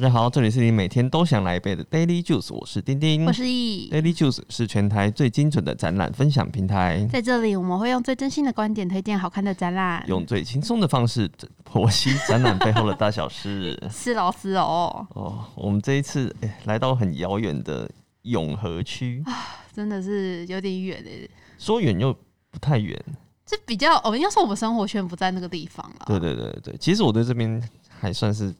家好，这里是你每天都想来一杯的 Daily Juice，我是丁丁，我是易。 Daily Juice 是全台最精准的展览分享平台，在这里，我们会用最真心的观点推荐好看的展览。用最轻松的方式剖析展览背后的大小事。 是老师哦，哦，我们这一次、哎来到很遥远的永和区，啊真的是有点远诶，说远又不太远。这比较哦，应该说我们生活圈不在那个地方了。对对对对，其实我对这边还算是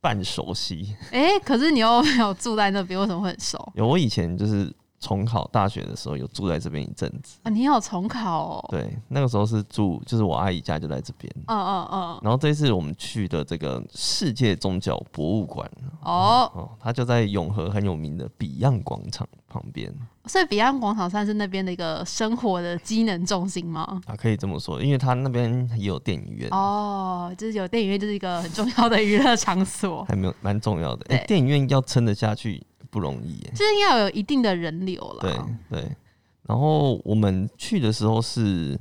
半熟悉。哎、可是你又没有住在那边，为什么会很熟有我以前就是重考大学的时候有住在这边一阵子，啊？你有重考哦？对，那个时候是住就是我阿姨家就在这边。嗯嗯嗯，然后这一次我们去的这个世界宗教博物馆哦，哦，它就在永和很有名的 Beyond 广场旁边所以彼岸广场算是那边的一个生活的机能重心吗？啊，可以这么说，因为它那边也有电影院，哦，就是有电影院，就是一个很重要的娱乐场所，还没有蛮重要的。诶对电影院要撑得下去不容易耶，就是应该有一定的人流了。对对。然后我们去的时候是，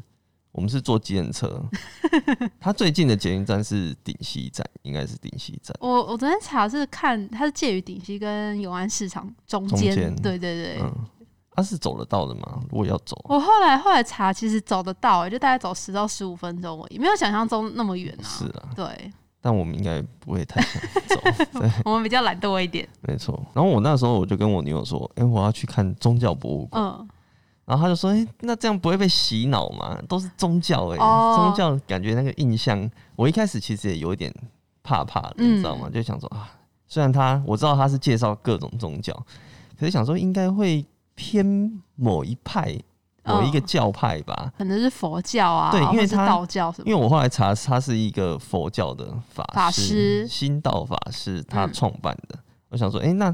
我们是坐机人 车，它最近的捷运站是顶溪站，应该是顶溪站。我我昨天查是看它是介于顶溪跟永安市场中间，中间对对哦对。嗯，它是走得到的吗？如果要走，我后来后来查，其实走得到、欸，就大概走十到十五分钟而已，没有想象中那么远啊。是啊，对，但我们应该不会太想 走。对，我们比较懒惰一 点。没错。然后我那时候我就跟我女友说，哎、我要去看宗教博物馆。嗯，然后他就说：“哎、那这样不会被洗脑吗？都是宗教哎、哦宗教感觉那个印象，我一开始其实也有一点怕怕的，你知道吗？就想说啊，虽然他我知道他是介绍各种宗教，可是想说应该会偏某一派、某一个嗯教派吧。可能是佛教啊，对因为或者是它道教什么因为我后来查，他是一个佛教的法师，法师新道法师他创办的。我想说，哎、那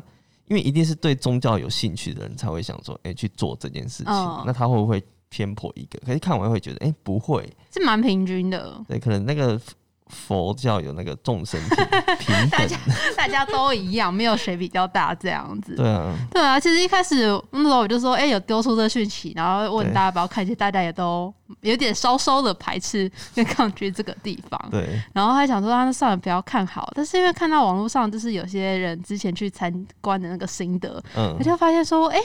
因为一定是对宗教有兴趣的人才会想说，哎、去做这件事情。嗯那他会不会偏颇一个？可是看完会觉得，哎、不会，是蛮平均 的，对，可能那个佛教有那个众生 平平等，大家都一样，没有谁比较大这样子。对啊，对啊，其实一开始那时候我就说，哎、有丢出这讯息，然后问对大家要不要看，其实大家也都有点稍稍的排斥 跟抗拒这个地方。对，然后还想说，啊那算了，不要看好。但是因为看到网络上，就是有些人之前去参观的那个心得，嗯我，就发现说，哎、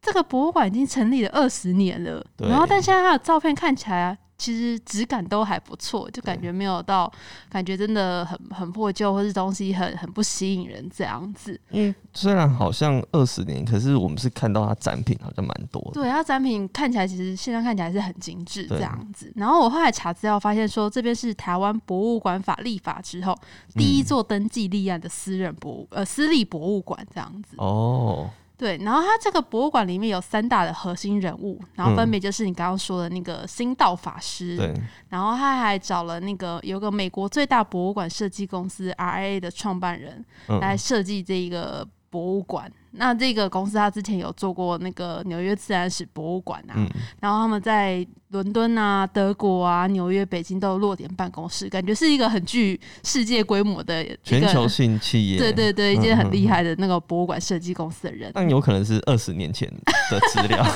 这个博物馆已经成立了二十年了，对然后但现在它的照片看起来、啊。其实质感都还不错，就感觉没有到感觉真的很很破旧，或是东西很很不吸引人这样子。因为虽然好像二十年，可是我们是看到他展品好像蛮多的，对，它展品看起来其实现在看起来是很精致对这样子。然后我后来查资料发现说，这边是台湾博物馆法立法之后第嗯一座登记立案的私人博物、呃私立博物馆这样子。哦，对，然后它这个博物馆里面有三大的核心人物，然后分别就是你刚刚说的那个新道法师，嗯对，然后他还找了那个有个美国最大博物馆设计公司 RIA 的创办人，来嗯，设计这一个博物馆。那这个公司它之前有做过那个纽约自然史博物馆啊，嗯然后他们在伦敦啊、德国啊、纽约、北京都有落点办公室，感觉是一个很具世界规模的一个全球性企业，对对对，一嗯间嗯很厉害的那个博物馆设计公司的人。但有可能是二十年前的资 料，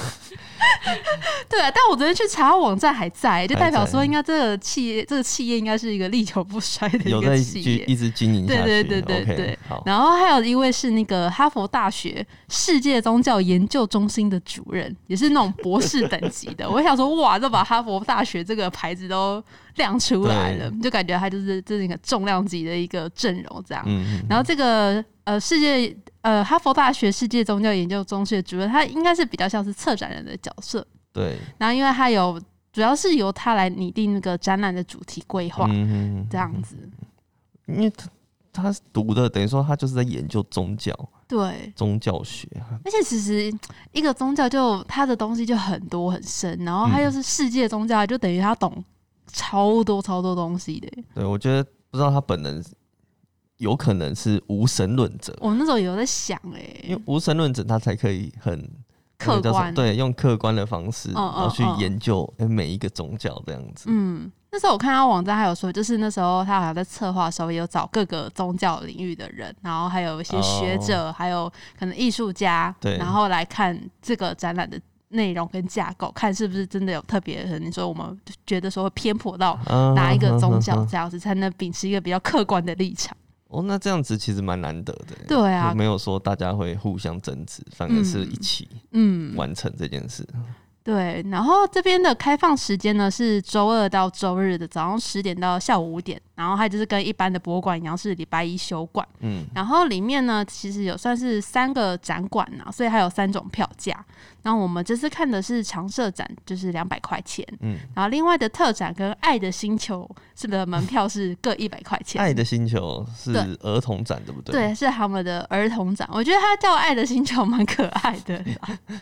对啊，但我昨天去查，网站还在，就代表还说在应该这个企业，这个企业应该是一个历久不衰的一有在个企去业。一直经营下去。对对对 OK，对好，然后还有一位是那个哈佛大学世界宗教研究中心的主任，也是那种博士等级的。我想说，哇，都把哈佛大学这个牌子都亮出来了，就感觉他就是这是一个重量级的一个阵容这样。嗯，嗯然后这个呃世界呃哈佛大学世界宗教研究中心的主任，他应该是比较像是策展人的角色。对，然后因为他有主要是由他来拟定那个展览的主题规划、嗯，嗯这样子。嗯因为他他读的等于说他就是在研究宗教对，宗教学，而且其实一个宗教就它的东西就很多很深，然后它嗯又是世界宗教，就等于他懂超多超多东西的。对我觉得不知道他本人有可能是无神论者，我那时候有在想、欸，因为无神论者他才可以很那客个叫什么观，对，用客观的方式，嗯然后去嗯嗯研究哎每一个宗教这样子，嗯，那时候我看他网站还有说，就是那时候他好像在策划的时候，也有找各个宗教领域的人，然后还有一些学者，还有可能艺术家，哦对然后来看这个展览的内容跟架构，看是不是真的有特别，可能你说我们觉得说会偏颇到啊哪一个宗哼教哼哼嗯这样子，才能秉持一个比较客观的立场。哦，那这样子其实蛮难得的。对啊就没有说大家会互相争执，反而是一起嗯，完成这件事。对。然后这边的开放时间呢是周二到周日的早上十点到下午五点，然后它就是跟一般的博物馆一样是礼拜一休馆。嗯，然后里面呢，其实有算是三个展馆呐、所以还有三种票价。然后我们这次看的是常设展，就是两百块钱。嗯，然后另外的特展跟《爱的星球》是的门票是各一百块钱。爱的星球是对儿童展，对不对？，对，是他们的儿童展。我觉得它叫《爱的星球》蛮可爱的 啦。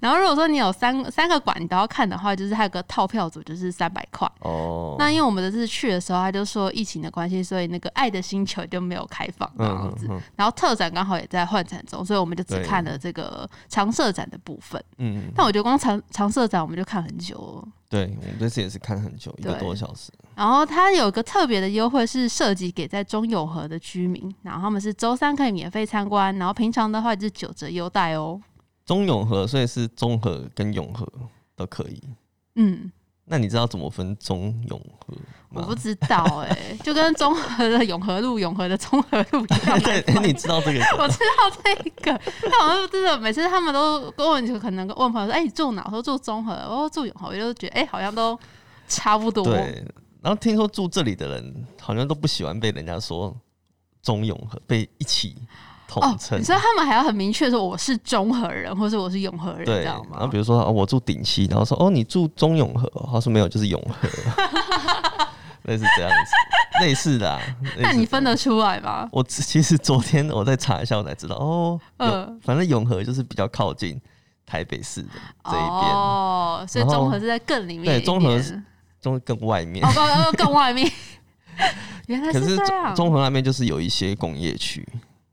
然后如果说你有三三个馆你都要看的话，就是它有个套票组，就是三百块。哦，那因为我们这次去的时候，他就说疫情的关系，所以那个《爱的星球》就没有开放这样嗯子。嗯嗯然后特展刚好也在换展中，所以我们就只对看了这个常设展的部分。嗯，但我觉得光常常设展我们就看很久、哦。对，我们这次也是看很久，一个对多小时。然后它有个特别的优惠是设计给在中永和的居民，然后他们是周三可以免费参观，然后平常的话就是九折优待哦。中永和，所以是中和跟永和都可以。嗯，那你知道怎么分中永和我吗。不？知道哎、就跟中和的永和路、永和的中和路一样 对，你知道这个梗？ 我知道这个，但我就真的每次他们都跟我就可能问朋友说：“哎、你住哪？”我说住中和，我说住永和，我就觉得哎、好像都差不多。对，然后听说住这里的人好像都不喜欢被人家说中永和，被一起统哦，称。你知道他们还要很明确地说我是中和人，或是我是永和人，对，这样然后吗比？如说、哦我住顶溪，然后说哦你住中永和哦，他说没有就是永 和，类似这样子，类似的、啊。类 那似你的分得出来吗？我只其实昨天我再查一下，我才知道哦，永嗯反正永和就是比较靠近台北市的这一边，哦，所以然后中和是在更里面一点，对中和是中更外面。哦不不不更外面， 原 来可是这样中。中和那边就是有一些工业区，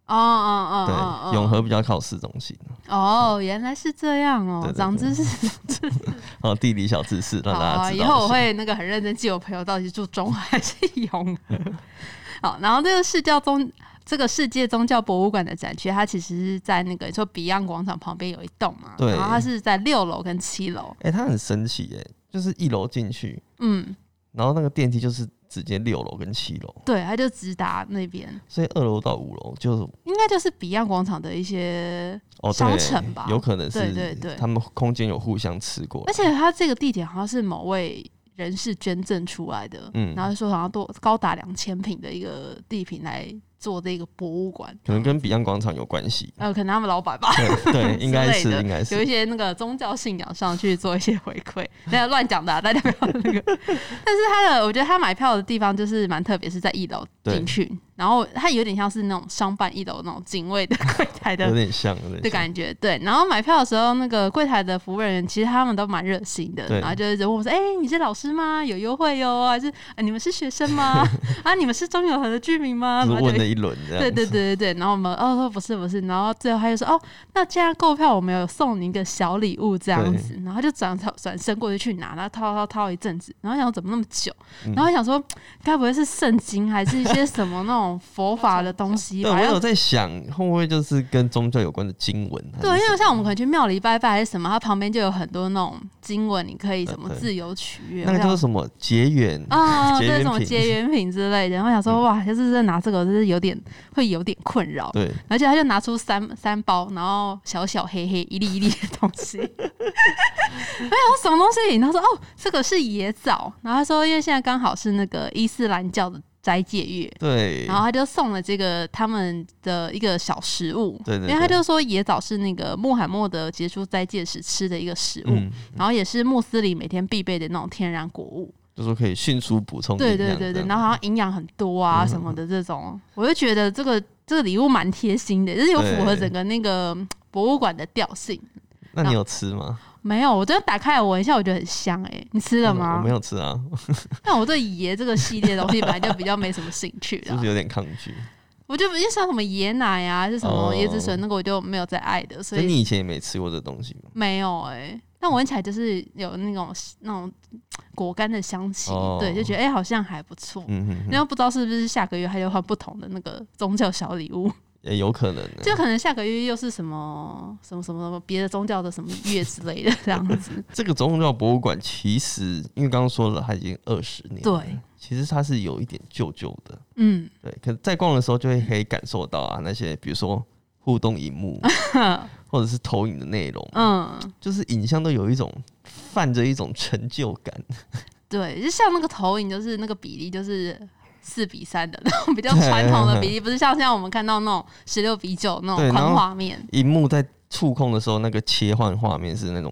哦哦对，哦哦，永和比较靠市中心。哦，原来是这样对哦对，对长知识。 哦，地理小知识让好大家知道啊，一以下。后我会那个很认真记我朋友到底住中还是永和。 好，然后这个世教宗这个世界宗教博物馆的展区，它其实是在那个你说 Beyond 广场旁边有一栋嘛，对然后它是在六楼跟七楼，哎、它很神奇耶、就是一楼进去，嗯，然后那个电梯就是直接六楼跟七楼，对，它就直达那边，所以二楼到五楼就应该就是 Beyond 广场的一些，哦，对商城吧有可能是对对对哎他们空间有互相吃过而，且它这个地点好像是某位。人士捐赠出来的，嗯然后说好像多高达两千平的一个地坪来做这个博物馆，。可能跟 Beyond 广场有关系 呃，可能他们老 板吧，对对，应该之是类的应该有一是。些那个宗教信仰上去做一些回馈，那乱讲的、啊，大家不要那个。 但是他的，我觉得他买票的地方就是蛮特别，是在一楼对进去，然后它有点像是那种商办一楼那种警卫的柜台有的点像，有点的像感觉。对，然后买票的时候，那个柜台的服务人员其实他们都蛮热心的，对然后就一直问我说：“哎、你是老师吗？有优惠哟？还是、啊你们是学生 吗？啊，你们是中友河的居民吗？”就是然后就问了一轮这样。对对对对对，然后我们哦说不是不是，然后最后他就说哦，那既然购票，我们有送你一个小礼物这样子，然后他就转头转身过去去拿，然后掏掏掏一阵子，然后想怎么那么久，嗯然后想说该不会是圣经还是一些什么那种佛法的东 西对，吧？我要有在想，会不会就是跟宗教有关的经文？还是对，因什为么像我们可能去庙里拜拜还是什么，它旁边就有很多那种经文，你可以什么对对自由取悦，那个我想叫什么结缘啊，结缘对什么品嗯结缘品之类的，然后想说哇，就是在拿这个，就是有点会有点困扰。对，而且他就拿出三三包，然后小小黑黑一粒一粒的东西。 哎呀，什么东西？然后说哦，这个是野枣。然后他说，因为现在刚好是那个伊斯兰教的斋戒月，对，然后他就送了这个他们的一个小食物。对对对因为他就说野枣是那个穆罕默德结束斋戒时吃的一个食物，嗯，然后也是穆斯林每天必备的那种天然果物。就说可以迅速补充对营对养对这对，样然后好像营养很多啊嗯什么的这种，我就觉得这个这个礼物蛮贴心的，就是有符合对整个那个嗯博物馆的调性。那你有吃吗？没有，我真的打开来闻一下，我觉得很香哎、你吃了我吗没？有吃啊，但我对爷这个系列的东西本来就比较没什么兴趣 是啦不，是有点抗拒？我就不就像什么椰奶啊，还是什么哦椰子水那个我就没有在爱的，所所以以你以前也没吃过这东西吗？没有哎、但闻起来就是有那种那种嗯果干的香气，哦对，就觉得哎、好像还不错。嗯哼哼，然后不知道是不是下个月还有换不同的那个宗教小礼物，也有可能、欸。就可能下个月又是什么什么什么什么别的宗教的什么月之类的这样子。 这个宗教博物馆其实，因为刚刚说了，它已经二十年，对，其实它是有一点旧旧的，嗯，对。可在逛的时候，就会可以感受到啊，那些比如说互动荧 幕或者是投影的内容，嗯，就是影像都有一种泛着一种成就感。对，就像那个投影，就是那个比例就是四比三的那种比较传统的比例，不是像现在我们看到那种十六比九那对种然后狂画面。荧幕在触控的时候，那个切换画面是那种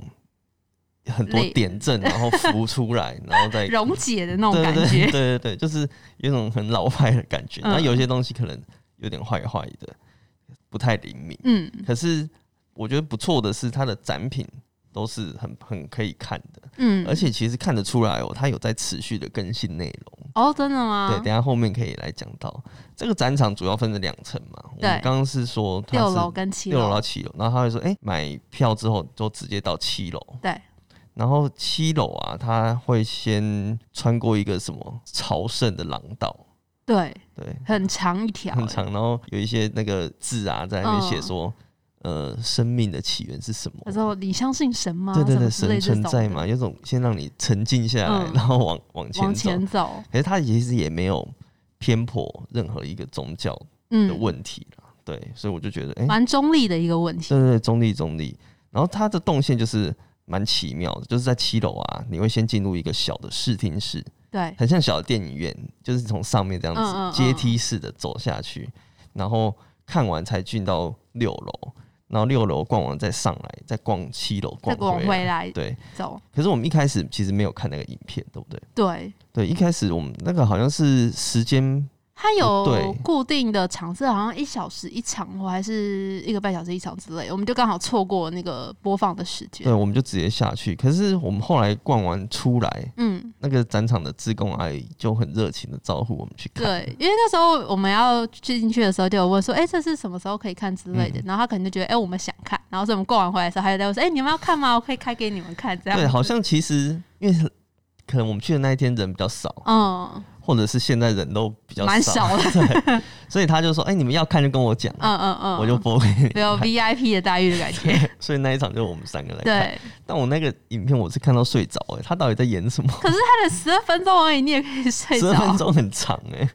很多累点阵，然后浮出来，然后再溶解的那种对感对对觉对，对对，就是有一种很老派的感觉。嗯然后有些东西可能有点坏坏的，不太灵敏。嗯，可是我觉得不错的是，它的展品都是很很可以看的，嗯，而且其实看得出来哦，它有在持续的更新内容。哦，真的吗？对，等一下后面可以来讲到这个展场主要分成两层嘛。我对们刚刚是说它六是楼跟七六楼到七楼，然后他会说，哎、买票之后就直接到七楼，对，然后七楼啊，他会先穿过一个什么朝圣的廊道，对，对，很长一条，很长，然后有一些那个字啊在那边写说，嗯呃，生命的起源是什么他？说欸你相信神吗？对对啊什对，么之神类这存种在的嘛，有种先让你沉静下来，嗯然后往往前往走。前走，可是他其实也没有偏颇任何一个宗教的嗯，问题啦，对，所以我就觉得，哎、蛮中立的一个问题，对对对，中立中立。然后它的动线就是蛮奇妙的，就是在七楼啊，你会先进入一个小的视听室，对，很像小的电影院，就是从上面这样嗯嗯嗯子阶梯式的走下去，然后看完才进到六楼，然后六楼逛完再上来，再逛七楼再逛往回回来。来对，走，可是我们一开始其实没有看那个影片，对不对？对，对，一开始我们那个好像是时间，它有嗯对固定的场次，好像一小时一场，或还是一个半小时一场之类，我们就刚好错过那个播放的时间对，。我们就直接下去。可是我们后来逛完出来，嗯，那个展场的志工阿姨就很热情的招呼我们去看。 对，因为那时候我们要进去的时候，就有问说，哎、这是什么时候可以看之类嗯的，然后他可能就觉得，哎、我们想看，然后所以我们逛完回来的时候，他就在问说，哎、你们要看吗？我可以开给你们看，这样。对，好像其实因为可能我们去的那一天人比较少，嗯，或者是现在人都比较蛮少，少的， 所以他就说：“哎、你们要看就跟我讲，嗯嗯嗯，我就播给你。没有 VIP 的待遇的感觉。” 所以那一场就我们三个来看。对，但我那个影片我是看到睡着，哎，他到底在演什么？可是他的十二分钟而已，你也可以 十睡着。二分还钟很长哎、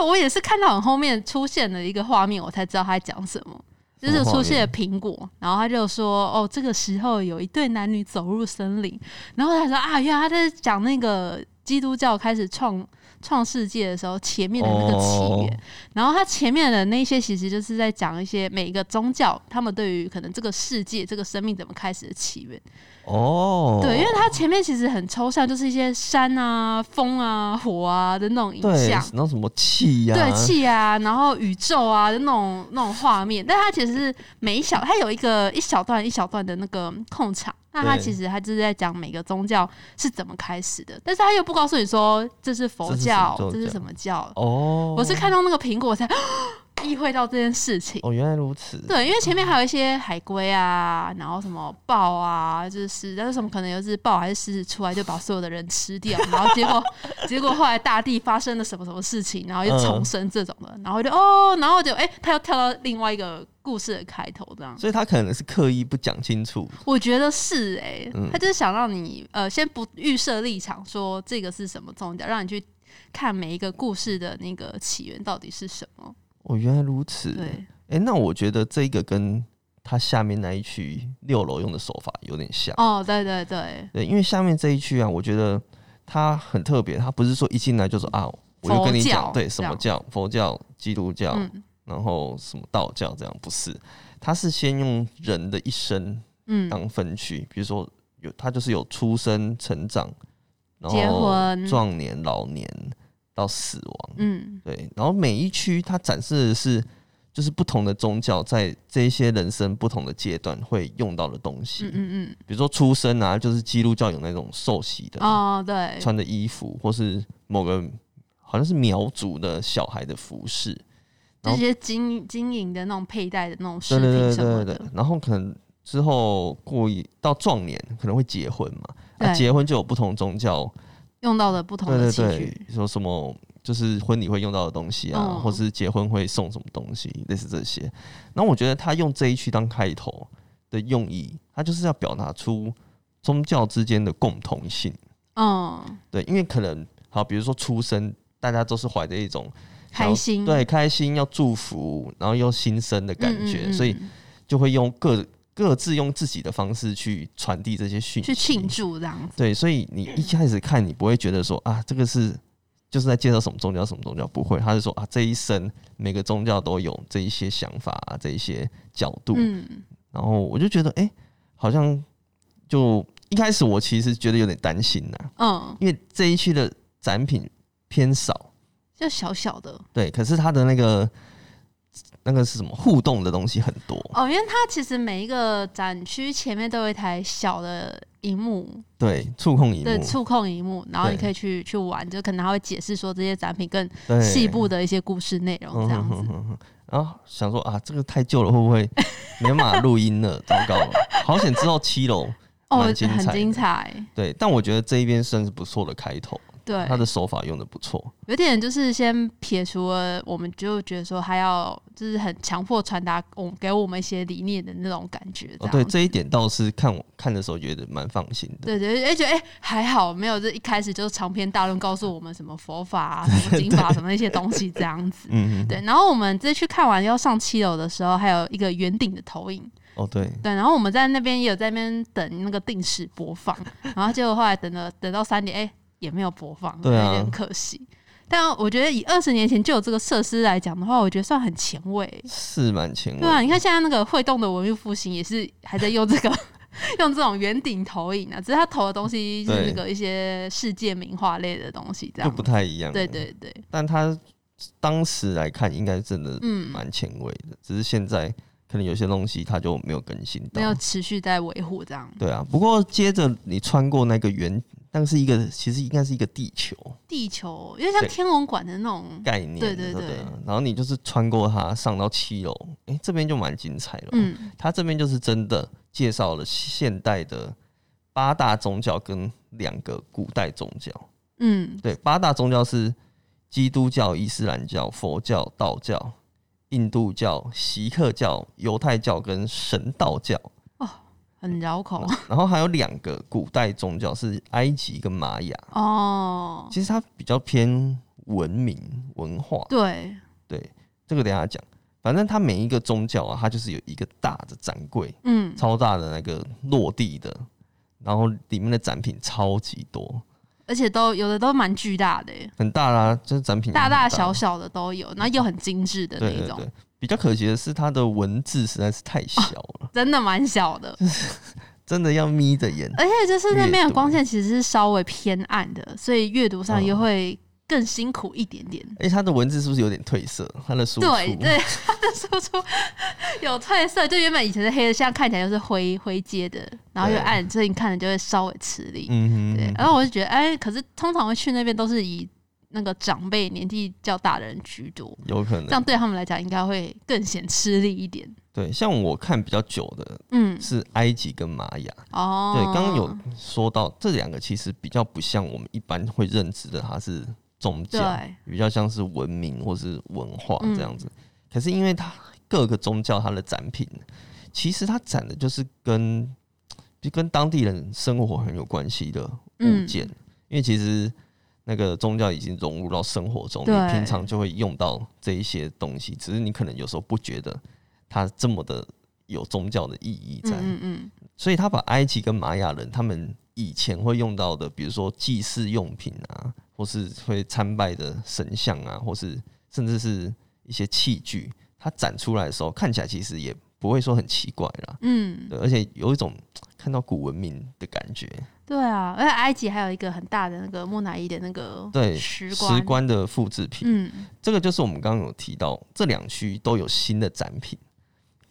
有，我也是看到很后面出现了一个画面，我才知道他在讲什么。就是什么画出面现了苹果，然后他就说：“哦，这个时候有一对男女走入森林。”然后他说：“啊，原来他在讲那个基督教开始创创世界的时候前面的那个起源。哦然后他前面的那些其实就是在讲一些每一个宗教他们对于可能这个世界、这个生命怎么开始的起源。哦，对，因为它前面其实很抽象，就是一些山啊、风啊、火啊的那种影对，像，然后什么气呀、对气啊，然后宇宙啊的那种那种画面。但它其实是每一小，它有一个一小段一小段的那个空场。那它对其实它就是在讲每个宗教是怎么开始的，但是它又不告诉你说这是佛这是教什么，这宗是教什么教。哦，我是看到那个苹果我才 意会到这件事情。哦，原来如此，对，因为前面还有一些海龟啊，然后什么豹啊，就是狮，但是什么可能又是豹还是狮子出来就把所有的人吃掉，然后结果结果后来大地发生了什么什么事情，然后又嗯重生这种的，然后就哦，然后就哎、他又跳到另外一个故事的开头这样，所以他可能是刻意不讲清楚，我觉得是哎、嗯他就是想让你呃先不预设立场说这个是什么宗教，让你去看每一个故事的那个起源到底是什么，哦，原来如此，对，哎、那我觉得这个跟它下面那一区六楼用的手法有点像，哦，对对对，对，因为下面这一区啊，我觉得它很特别，它不是说一进来就说啊，我就跟你佛教讲对什这么样教，佛教、基督教，嗯然后什么道教这样，不是，它是先用人的一生嗯。当分区，比如说有它就是有出生、成长，然结后婚壮年、老年到死亡，嗯对，然后每一区它展示的是就是不同的宗教在这一些人生不同的阶段会用到的东西，嗯嗯比如说出生啊，就是基督教有那种受洗的，嗯，哦，对，穿的衣服，或是某个好像是苗族的小孩的服饰，这些金金银的那种佩戴的那种饰对对品对什对么的对，，然后可能之后过一到壮年可能会结婚嘛，那、对结婚就有不同宗教，用到的不同对的对器具对，说什么就是婚礼会用到的东西啊，嗯或是结婚会送什么东西，类似这些。那我觉得他用这一区当开头的用意，他就是要表达出宗教之间的共同性。嗯，对，因为可能好，比如说出生，大家都是怀着一种想要开心，对开心要祝福，然后又新生的嗯，感觉，嗯嗯所以嗯就会用各各自用自己的方式去传递这些讯息，去庆祝这样子。对，所以你一开始看，你不会觉得说啊，这个是就是在介绍什么宗教什么宗教，不会，他是说啊，这一生每个宗教都有这一些想法、啊，这一些角度，嗯，然后我就觉得，哎、好像就一开始我其实觉得有点担心呐、嗯，因为这一区的展品偏少，就小小的对，可是它的那个那个是什么互动的东西很多，哦，因为它其实每一个展区前面都有一台小的荧幕，对，触控荧对，幕，触控荧幕，然后你对可以去去玩，就可能它会解释说这些展品更对，细部的一些故事内容这样子。嗯哼然后想说啊，这个太旧了，会不 会没办法录音了？ 糟糕了，好险！之后七楼哦，蛮精彩很的精彩，对，但我觉得这一边算是不错的开头，对，他的手法用的不错。有点就是先撇除了，我们就觉得说他要就是很强迫传达我们给我们一些理念的那种感觉，哦，这样、对，这一点倒是看我看的时候觉得蛮放心的。对对，而且哎还好没有，这一开始就是长篇大论告诉我们什么佛法 啊、什么经法、什么那些东西这样子。嗯哼，对，然后我们这去看完要上七楼的时候，还有一个圆顶的投影。哦对，对，然后我们在那边也有在那边等那个定时播放，然后结果后来等了等到三点，哎、也没有播放，对啊有点可惜。但我觉得以二十年前就有这个设施来讲的话，我觉得算很前卫。是蛮前卫对啊，的。你看现在那个会动的文艺复兴也是还在用这个 用这种圆顶投影啊，只是他投的东西是那对个一些世界名画类的东西，这就样不。太一样。对，对对，但他当时来看，应该真的嗯，蛮前卫的，只是现在可能有些东西他就没有更新到没。有持续在维护这样。对啊，不过接着你穿过那个圆，那是一个其实应该是一个地球地球因为像对天文馆的那种，概念，对对不对然后你就是穿过它上到七楼，诶，这边就蛮精彩了。，嗯它这边就是真的介绍了现代的八大宗教跟两个古代宗教。嗯对，八大宗教是基督教、伊斯兰教、佛教、道教、印度教、锡克教、犹太教跟神道教。很绕口啊然后还有两个古代宗教是埃及跟玛雅。哦。其实它比较偏文明文化，对，对，这个等一下讲。反正它每一个宗教啊，它就是有一个大的展柜，嗯，超大的那个落地的，然后里面的展品超级多，而且都有的都蛮巨大的耶，很大啦，就是展品大很大小小的都有，然后又很精致的对那对种，对。比较可惜的是，它的文字实在是太小了，真的蛮小的。真的要眯着眼。而且就是那边阅的读光线其实是稍微偏暗的，所以阅读上嗯又会更辛苦一点点。哎、它的文字是不是有点褪色？它的输出对对， 它的输出有褪色，就原本以前是黑的，现在看起来就是灰灰阶的，然后又对暗，所以你看着就会稍微吃力。嗯对，哼，然后我就觉得，哎，可是通常会去那边都是以那个长辈年纪较大的人居多，有可这能样对他们来讲应该会更显吃力一点。对。像我看比较久的嗯，是埃及跟玛雅，哦，对，刚刚有说到这两个其实比较不像我们一般会认知的，它是宗教，对，嗯比较像是文明或是文化这样子。可是因为它各个宗教它的展品，其实它展的就是跟就跟当地人生活很有关系的嗯物件，因为其实。那个宗教已经融入到生活中，你对平常就会用到这一些东西，只是你可能有时候不觉得它这么的有宗教的意义在。嗯嗯嗯，所以他把埃及跟玛雅人他们以前会用到的，比如说祭祀用品啊，或是会参拜的神像啊，或是甚至是一些器具，它展出来的时候看起来其实也不会说很奇怪啦，嗯，对，而且有一种看到古文明的感觉，对啊，而且埃及还有一个很大的那个木乃伊的那个对，石石棺的复制品，嗯，这个就是我们刚刚有提到，这两区都有新的展品。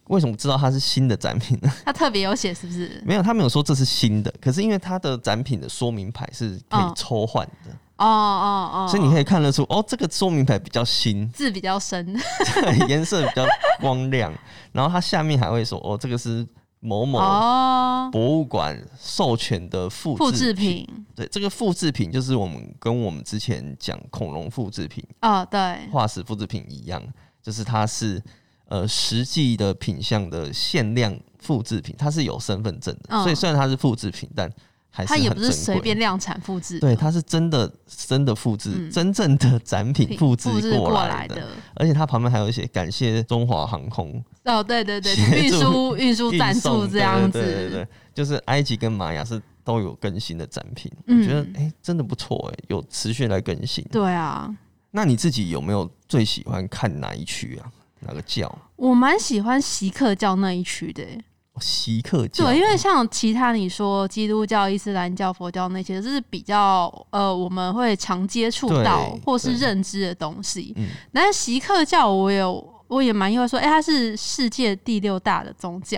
为什么知道它是新的展品呢？ 它特别有写是不是？没有，他没有说这是新的，可是因为它的展品的说明牌是可嗯以抽换的，哦哦哦，所以你可以以看得出，哦，这个说明牌比较新 ，字比较深，对颜色比较光亮，然后它下面还会说，哦，这个是某某哦，博物馆授权的复复制制品对，这个复制品就是我们跟我们之前讲恐龙复制品、哦，对，化石复制品一样，就是它是呃实际的品相的限量复制品，它是有身份证的，嗯所以虽然它是复制品，但还是它很也珍不贵。是随便量产复制的，对，它是真的真的复制、嗯真正的展品品复制过来的，的。而且它旁边还有一些感谢中华航空哦，对 对对，协运助输运输运赞助送这样对对对对子，对，就是埃及跟玛雅是都有更新的展品，我觉得嗯，哎、诶真的不错哎、有持续来更新。对啊，那你自己有没有最喜欢看哪一区啊？哪个教？我蛮喜欢锡克教那一区的欸，哦锡克教？对，因为像其他你说基督教、伊斯兰教、佛教那些，就是比较呃我们会常接触对到或是对认知的东西嗯。但是锡克教我有我也蛮意外说，哎、它是世界第六大的宗教，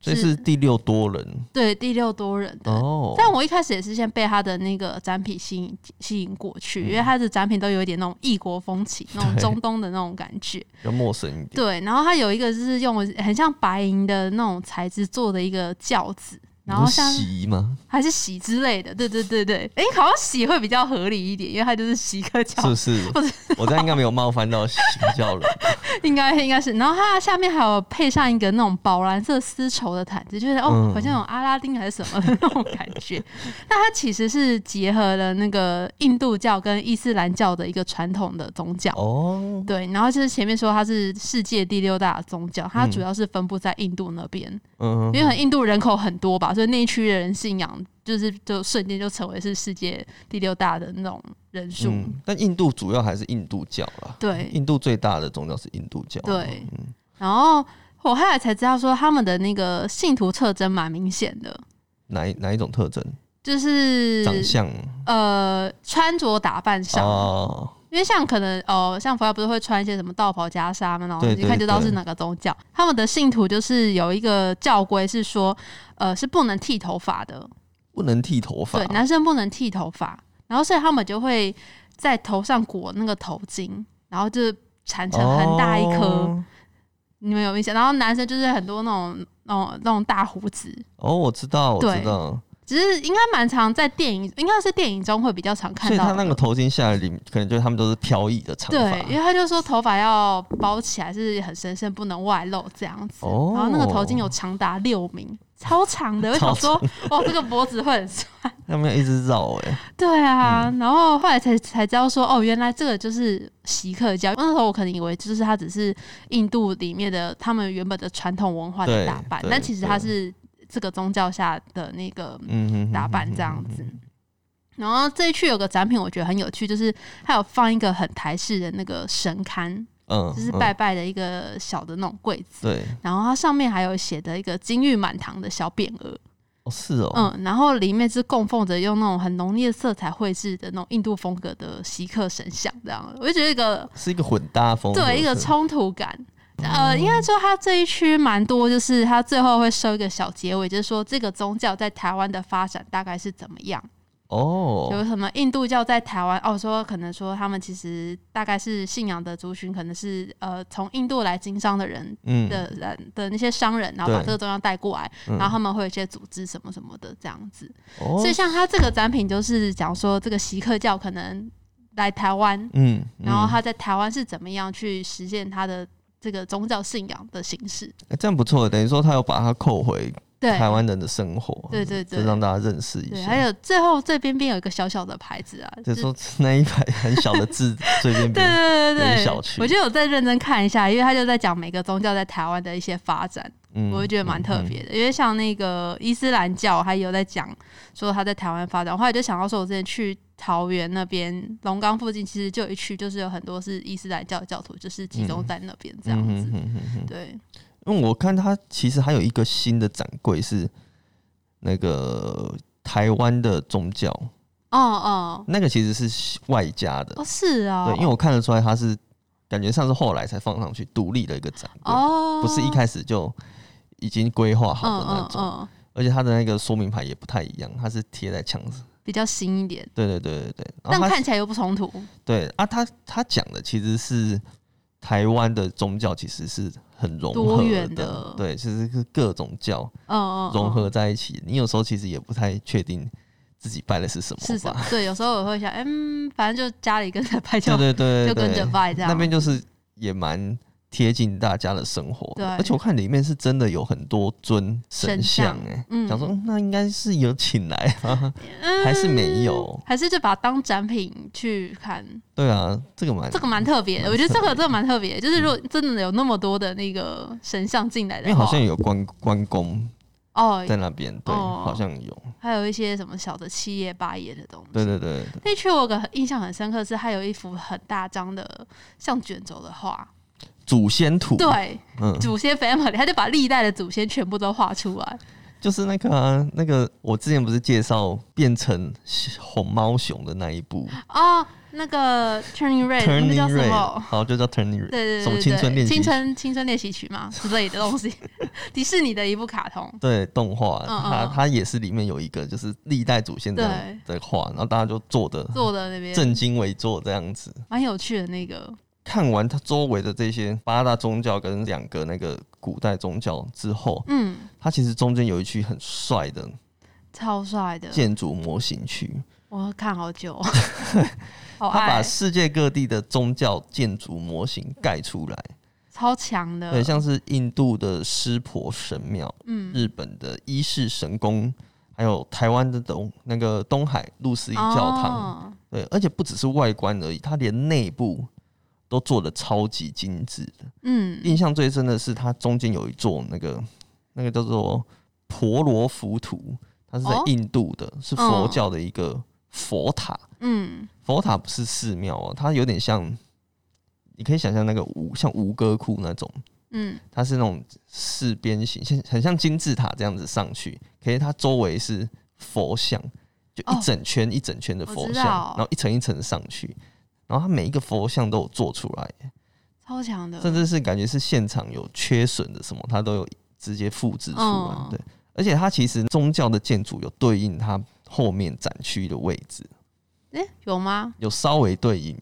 所以是第六多人对第六多人的。哦。但我一开始也是先被它的那个展品吸引吸引过去，因为它的展品都有一点那种异国风情，那种嗯对中东的那种感觉。要陌生一点。对，然后它有一个就是用很像白银的那种材质做的一个轿子，然后你说像席吗？还是洗之类的，对对对对，哎、好像洗会比较合理一点，因为它就是洗个脚是，不是不知？我这样应该没有冒犯到锡克教人。 应该应该是。然后它下面还有配上一个那种宝蓝色丝绸的毯子，就是哦，嗯好像有阿拉丁还是什么的那种感 觉。那它其实是结合了那个印度教跟伊斯兰教的一个传统的宗教。哦，对，然后就是前面说它是世界第六大宗教，它嗯主要是分布在印度那边，嗯，因为印度人口很多吧，所以那一区的人信仰就是就瞬间就成为是世界第六大的那种人数。嗯，但印度主要还是印度教啦。对印度最大的宗教是印度教。对嗯然后我后来才知道说他们的那个信徒特征蛮明显的，哪一哪一种特征？就是长相呃穿着打扮上，哦，因为像可能哦、呃像佛教不是会穿一些什么道袍袈裟嘛，然后对一看就知道是对对哪个宗教。他们的信徒就是有一个教规是说，呃，是不能剃头发的，不能剃头发对，。男生不能剃头发，然后所以他们就会在头上裹那个头巾，然后就缠成很大一颗，哦你们有印象？然后男生就是很多那种那种那种大胡子，哦，我知道，我对知道。只是应该蛮常在电影，应该是电影中会比较常看所以到他的。那个头巾下来里，可能就是他们都是飘逸的长对，发。因为他就说头发要包起来，是很神圣，不能外露这样子。哦然后那个头巾有长达六米，超长的。我 想说，哇，这个脖子会很他们要一直绕哎、对啊，然后后来才才知道说，哦，原来这个就是锡克教。那时候我可能以为就是它只是印度里面的他们原本的传统文化的对打扮，对但其实它对是这个宗教下的那个嗯哼哼打扮这样子。然后这一区有个展品，我觉得很有趣，就是它有放一个很台式的那个神龛，嗯，就是嗯拜拜的一个小的那种柜子，对然后它上面还有写的一个金玉满堂的小匾额，哦是哦，嗯，然后里面是供奉着用那种很浓烈色彩绘制的那种印度风格的锡克神像，这样我就觉得一个是一个混搭风，是不对是一个冲突感。呃，应该说它这一区蛮多，就是它最后会收一个小结尾，就是说这个宗教在台湾的发展大概是怎么样。哦，有什么印度教在台湾哦，说可能说他们其实大概是信仰的族群，可能是呃从印度来经商的人嗯的人的那些商人，然后把对这个宗教带过来，嗯然后他们会有一些组织什么什么的这样子。哦所以像他这个展品就是讲说这个锡克教可能来台湾，嗯，然后嗯他在台湾是怎么样去实现他的这个宗教信仰的形式。欸这样不错，等于说他有把它扣回对，台湾人的生活，对对对就让大家认识一对，还下。有最后最边边有一个小小的牌子 啊，就是说那一排很小的 字随便对编，对对有对一小对，区我就有在认真看一下，因为他就在讲每个宗教在台湾的一些发展，嗯我就觉得蛮特。嗯别的。因为像那个伊斯兰教，还有在讲说他在台湾发展，后来就想到说，我之前去桃园那边龙岗附近，其实就有一区就是有很多是伊斯兰教的教徒，就是集中在那边这样嗯子。嗯嗯嗯嗯对，因为我看它其实还有一个新的展柜是那个台湾的宗教，哦哦那个其实是外加的，哦，是啊、对，因为我看得出来它是感觉上是后来才放上去独立的一个展柜，哦，不是一开始就已经规划好的那嗯嗯种，嗯，而且它的那个说明牌也不太一样，它是贴在墙上，比较新一点，对对对对对，然但后它嗯看起来又不冲突。对啊，他他讲的其实是台湾的宗教其实是很融合多元的的对，其实是各种教嗯嗯，融嗯合在一起。你有时候其实也不太确定自己拜的是什么吧，是什么？对，有时候我会想，嗯，反正就家里跟着拍就 对对对，就跟对着拜这样那边就是也蛮贴近大家的生活的，对而且我看里面是真的有很多尊神神像像哎、嗯想说嗯那应该是有请来啊，还是没有？还是就把它当展品去看，对啊，这个蛮这个蛮特别的。蛮我觉得这特个别嗯这个蛮特别，就是如果真的有那么多的那个神像进来因的为好话像，有关关公哦，在那边，对，哦好像有，还有一些什么小的七叶八叶的东西。对对对对那区我有个印象很深刻是，它有一幅很大张的像卷轴的画，祖先图，，对，嗯，祖先 family，他就把历代的祖先全部都画出来。就是那个、啊、那个，我之前不是介绍变成红猫熊的那一部哦，那个 Turning Red，那哎个 Turning 叫什 Red，么？好，就叫 Turning Red，对对对对，什么青春对练习青春青春练习曲嘛之类的东西，迪士尼的一部卡 通。对动画，嗯它嗯它也是里面有一个就是历代祖先这样的画，然后大家就坐的做的那边正襟危坐这样子。蛮有趣的那个，看完它周围的这些八大宗教跟两个那个古代宗教之后，嗯，它其实中间有一区很帅的超帅的，建筑模型区，我看好久 哦，好它把爱，世界各地的宗教建筑模型盖出来，超强的，对，像是印度的湿婆神庙、嗯，日本的伊势神宫，还有台湾的东那个东海路斯一教堂。哦对，而且不只是外观而已，它连内部都做的超级精致的。嗯，印象最深的是，它中间有一座那个那个叫做婆罗浮屠，它是在哦印度的，是佛教的一个佛塔。嗯，佛塔不是寺庙哦，它有点像，你可以想象那个吴像吴哥窟那种，嗯，它是那种四边形，像很像金字塔这样子上去，可是它周围是佛像，就哦一整圈、一整圈的我佛知像，道然后一层一层上去，然后它每一个佛像都有做出来，嗯超强的，甚至是感觉是现场有缺损的什么，它都有直接复制出来。嗯对，而且它其实宗教的建筑有对应它后面展区的位置，诶，有吗？有稍微对应。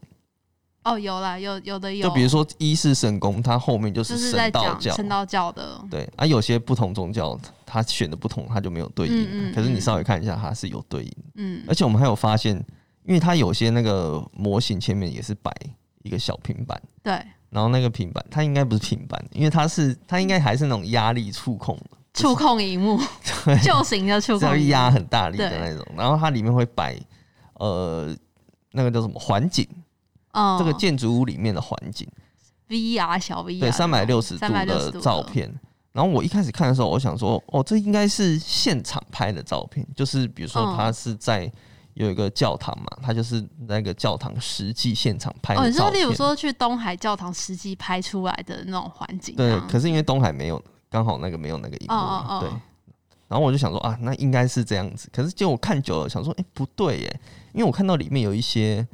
哦，有啦，有有的有，就比如说一世神宫，它后面就就是是在神道讲教，神道教的，对啊，有些不同宗教它选的不同，它就没有对应。嗯嗯可是你嗯稍微看一下，它是有对应。嗯而且我们还有发现，因为它有些那个模型前面也是摆一个小平板，对，然后那个平板它应该不是平板，因为它是它应该还是那种压力触控，触控荧幕，旧型的触是要控荧幕压很大力的对那种。然后它里面会摆呃那个叫什么环景，嗯，这个建筑物里面的环景， VR 小 VR 对，三百六十度360的度照片。然后我一开始看的时候，我想说，哦，这应该是现场拍的照片，就是比如说嗯它是在有一个教堂嘛，它就是那个教堂实际现场拍哦，的你照说片。例如说去东海教堂实际拍出来的那种环境啊对吗，，可是因为东海没有，刚好那个没有那个荧幕嘛，哦哦哦对。然后我就想说啊，那应该是这样子。可是结果我看久了，想说，哎、不对耶，因为我看到里面有一些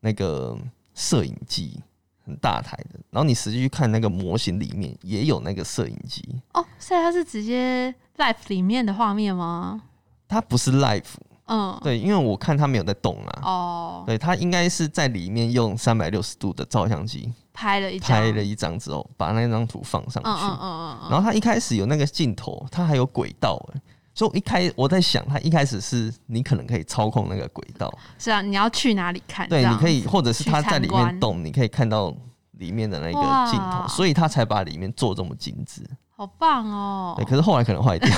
那个摄影机很大台的，然后你实际去看那个模型里面也有那个摄影机，哦，所以它是直接 live 里面的画面吗？它不是 live，嗯，对，因为我看它没有在动啊，哦，对，它应该是在里面用三百六十度的照相机拍了一张，拍了一张之后，把那张图放上嗯嗯去，嗯嗯然后它一开始有那个镜头，它还有轨道、欸，所以我一开我在想，它一开始是你可能可以操控那个轨道，嗯，是啊，你要去哪里看？对，这你样可以或者是去它在参里面观动，你可以看到里面的那个镜头，哇所以它才把里面做这么精致，好棒哦对，，可是后来可能坏掉，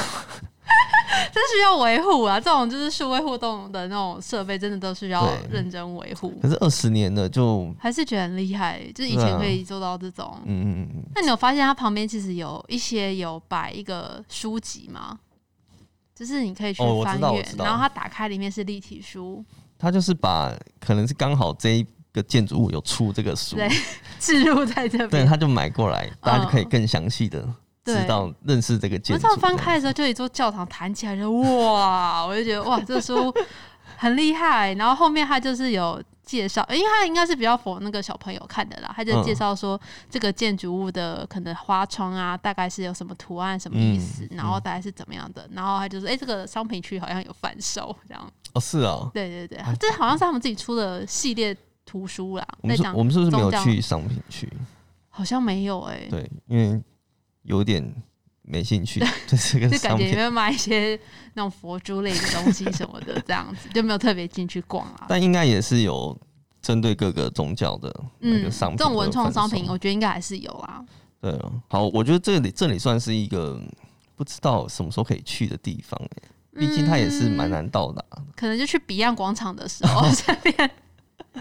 真需要维护啊！这种就是数位互动的那种设备，真的都需要对认真维护。可是二十年了就。还是觉得很厉害，就是以对啊前可以做到这种。嗯嗯嗯，那你有发现它旁边其实有一些有摆一个书籍吗？就是你可以去哦我知翻道我阅，知道然后它打开里面是立体书， 他就是把可能是刚好这一个建筑物有出这个书，对，置入在这对，边。他就买过来，大家就可以更详细的对知道认识这个我建筑。这样翻开的时候，就有一座教堂弹起来，就哇， 我就觉得哇，这书很厉害。然后后面它就是有介绍，因为它应该是比较符合那个小朋友看的啦，它就介绍说这个建筑物的可能花窗啊，大概是有什么图案、什么意思，嗯然后大概是怎么样的。然后它就是，哎、这个商品区好像有贩售这这样。样哦，是哦，对对对，这好像是他们自己出的系列图书啦。我那们是讲我们是不是没有去商品区？好像没有哎、对，因为有点没兴 趣对这个就感商觉里品。面卖一些那种佛珠类的东西什么的，这样子就没有特别进去逛啊。但应该也是有针对各个宗教的那个商品、嗯这种文创商品，。我觉得应该还是有啊。对啊，好，我觉得这里这里算是一个不知道什么时候可以去的地方、欸，嗯毕竟它也是蛮难到达。可能就去彼岸广场的 时候，这边不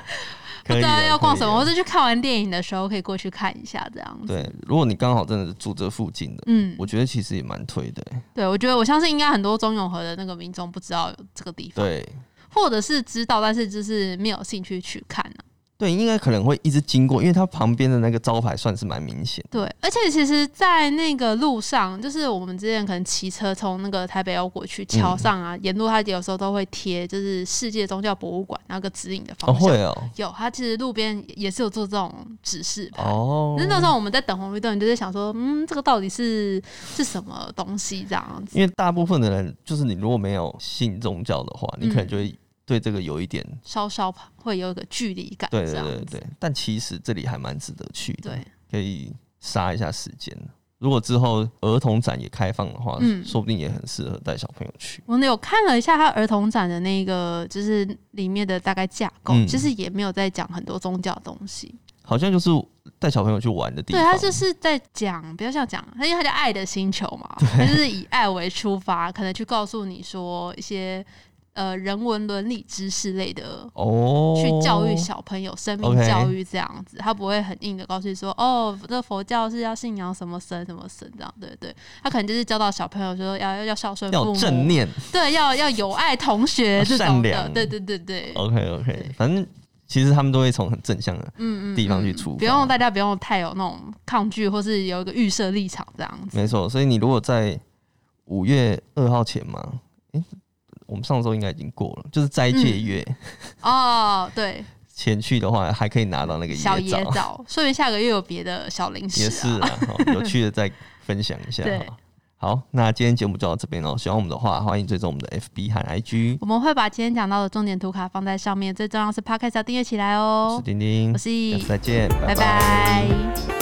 可以知道的要逛可以什么，的或者去看完电影的时候可以过去看一下，这样子。对，如果你刚好真的是住这附近的，嗯我，觉得其实也蛮推的、欸。对，我觉得我相信应该很多中永和的那个民众不知道有这个地方，对或者是知道，但是就是没有兴趣去看啊。对，应该可能会一直经过，因为它旁边的那个招牌算是蛮明显。对，而且其实，在那个路上，就是我们之前可能骑车从那个台北欧国去桥嗯上啊，沿路它有时候都会贴，就是世界宗教博物馆那个指引的哦，方向。会哦，有，它其实路边也是有做这种指示牌。哦那，那时候我们在等红绿灯，你就是想说，嗯，这个到底是是什么东西这样子？因为大部分的人，就是你如果没有信宗教的话，你可能就会对这个有一点，稍稍会有一个距离感，对这对样对子对。但其实这里还蛮值得去的，对，可以杀一下时间。如果之后儿童展也开放的话，嗯说不定也很适合带小朋友去。我有看了一下他儿童展的那个，就是里面的大概架构，嗯其实也没有在讲很多宗教的东西。好像就是带小朋友去玩的地对方，他就是在讲，不要像讲，因为他叫爱的星球嘛，他就是以爱为出发，可能去告诉你说一些呃人文伦理知识类的。哦，去教育小朋友生命 OK 教育这样子他不会很硬的告诉你说，哦，这佛教是要信仰什么神什么神这样，对对，他可能就是教导小朋友说要要要孝顺要呃父有母，正念。对，要要有爱同学要这善种的，良哦对对对对， OK OK，对反正其实他们都会从很正向的嗯嗯，地方去嗯出发不用大家不用太有那种抗拒，或是有一个预设立场这样子。没错，所以你如果在五月二号前嘛，诶、我们上周应该已经过了，就是斋戒月、嗯哦，对，前去的话，还可以拿到那个小啊椰野枣，枣，说明下个月有别的小零食、啊。也是啊， 好有趣的再分享一下对哈。好，那今天节目就到这边哦喽。喜欢我们的话，欢迎追踪我们的 FB 和 IG。我们会把今天讲到的重点图卡放在上面，最重要是 Podcast 要订阅起来我哦是。丁丁我，是下次再见，拜拜拜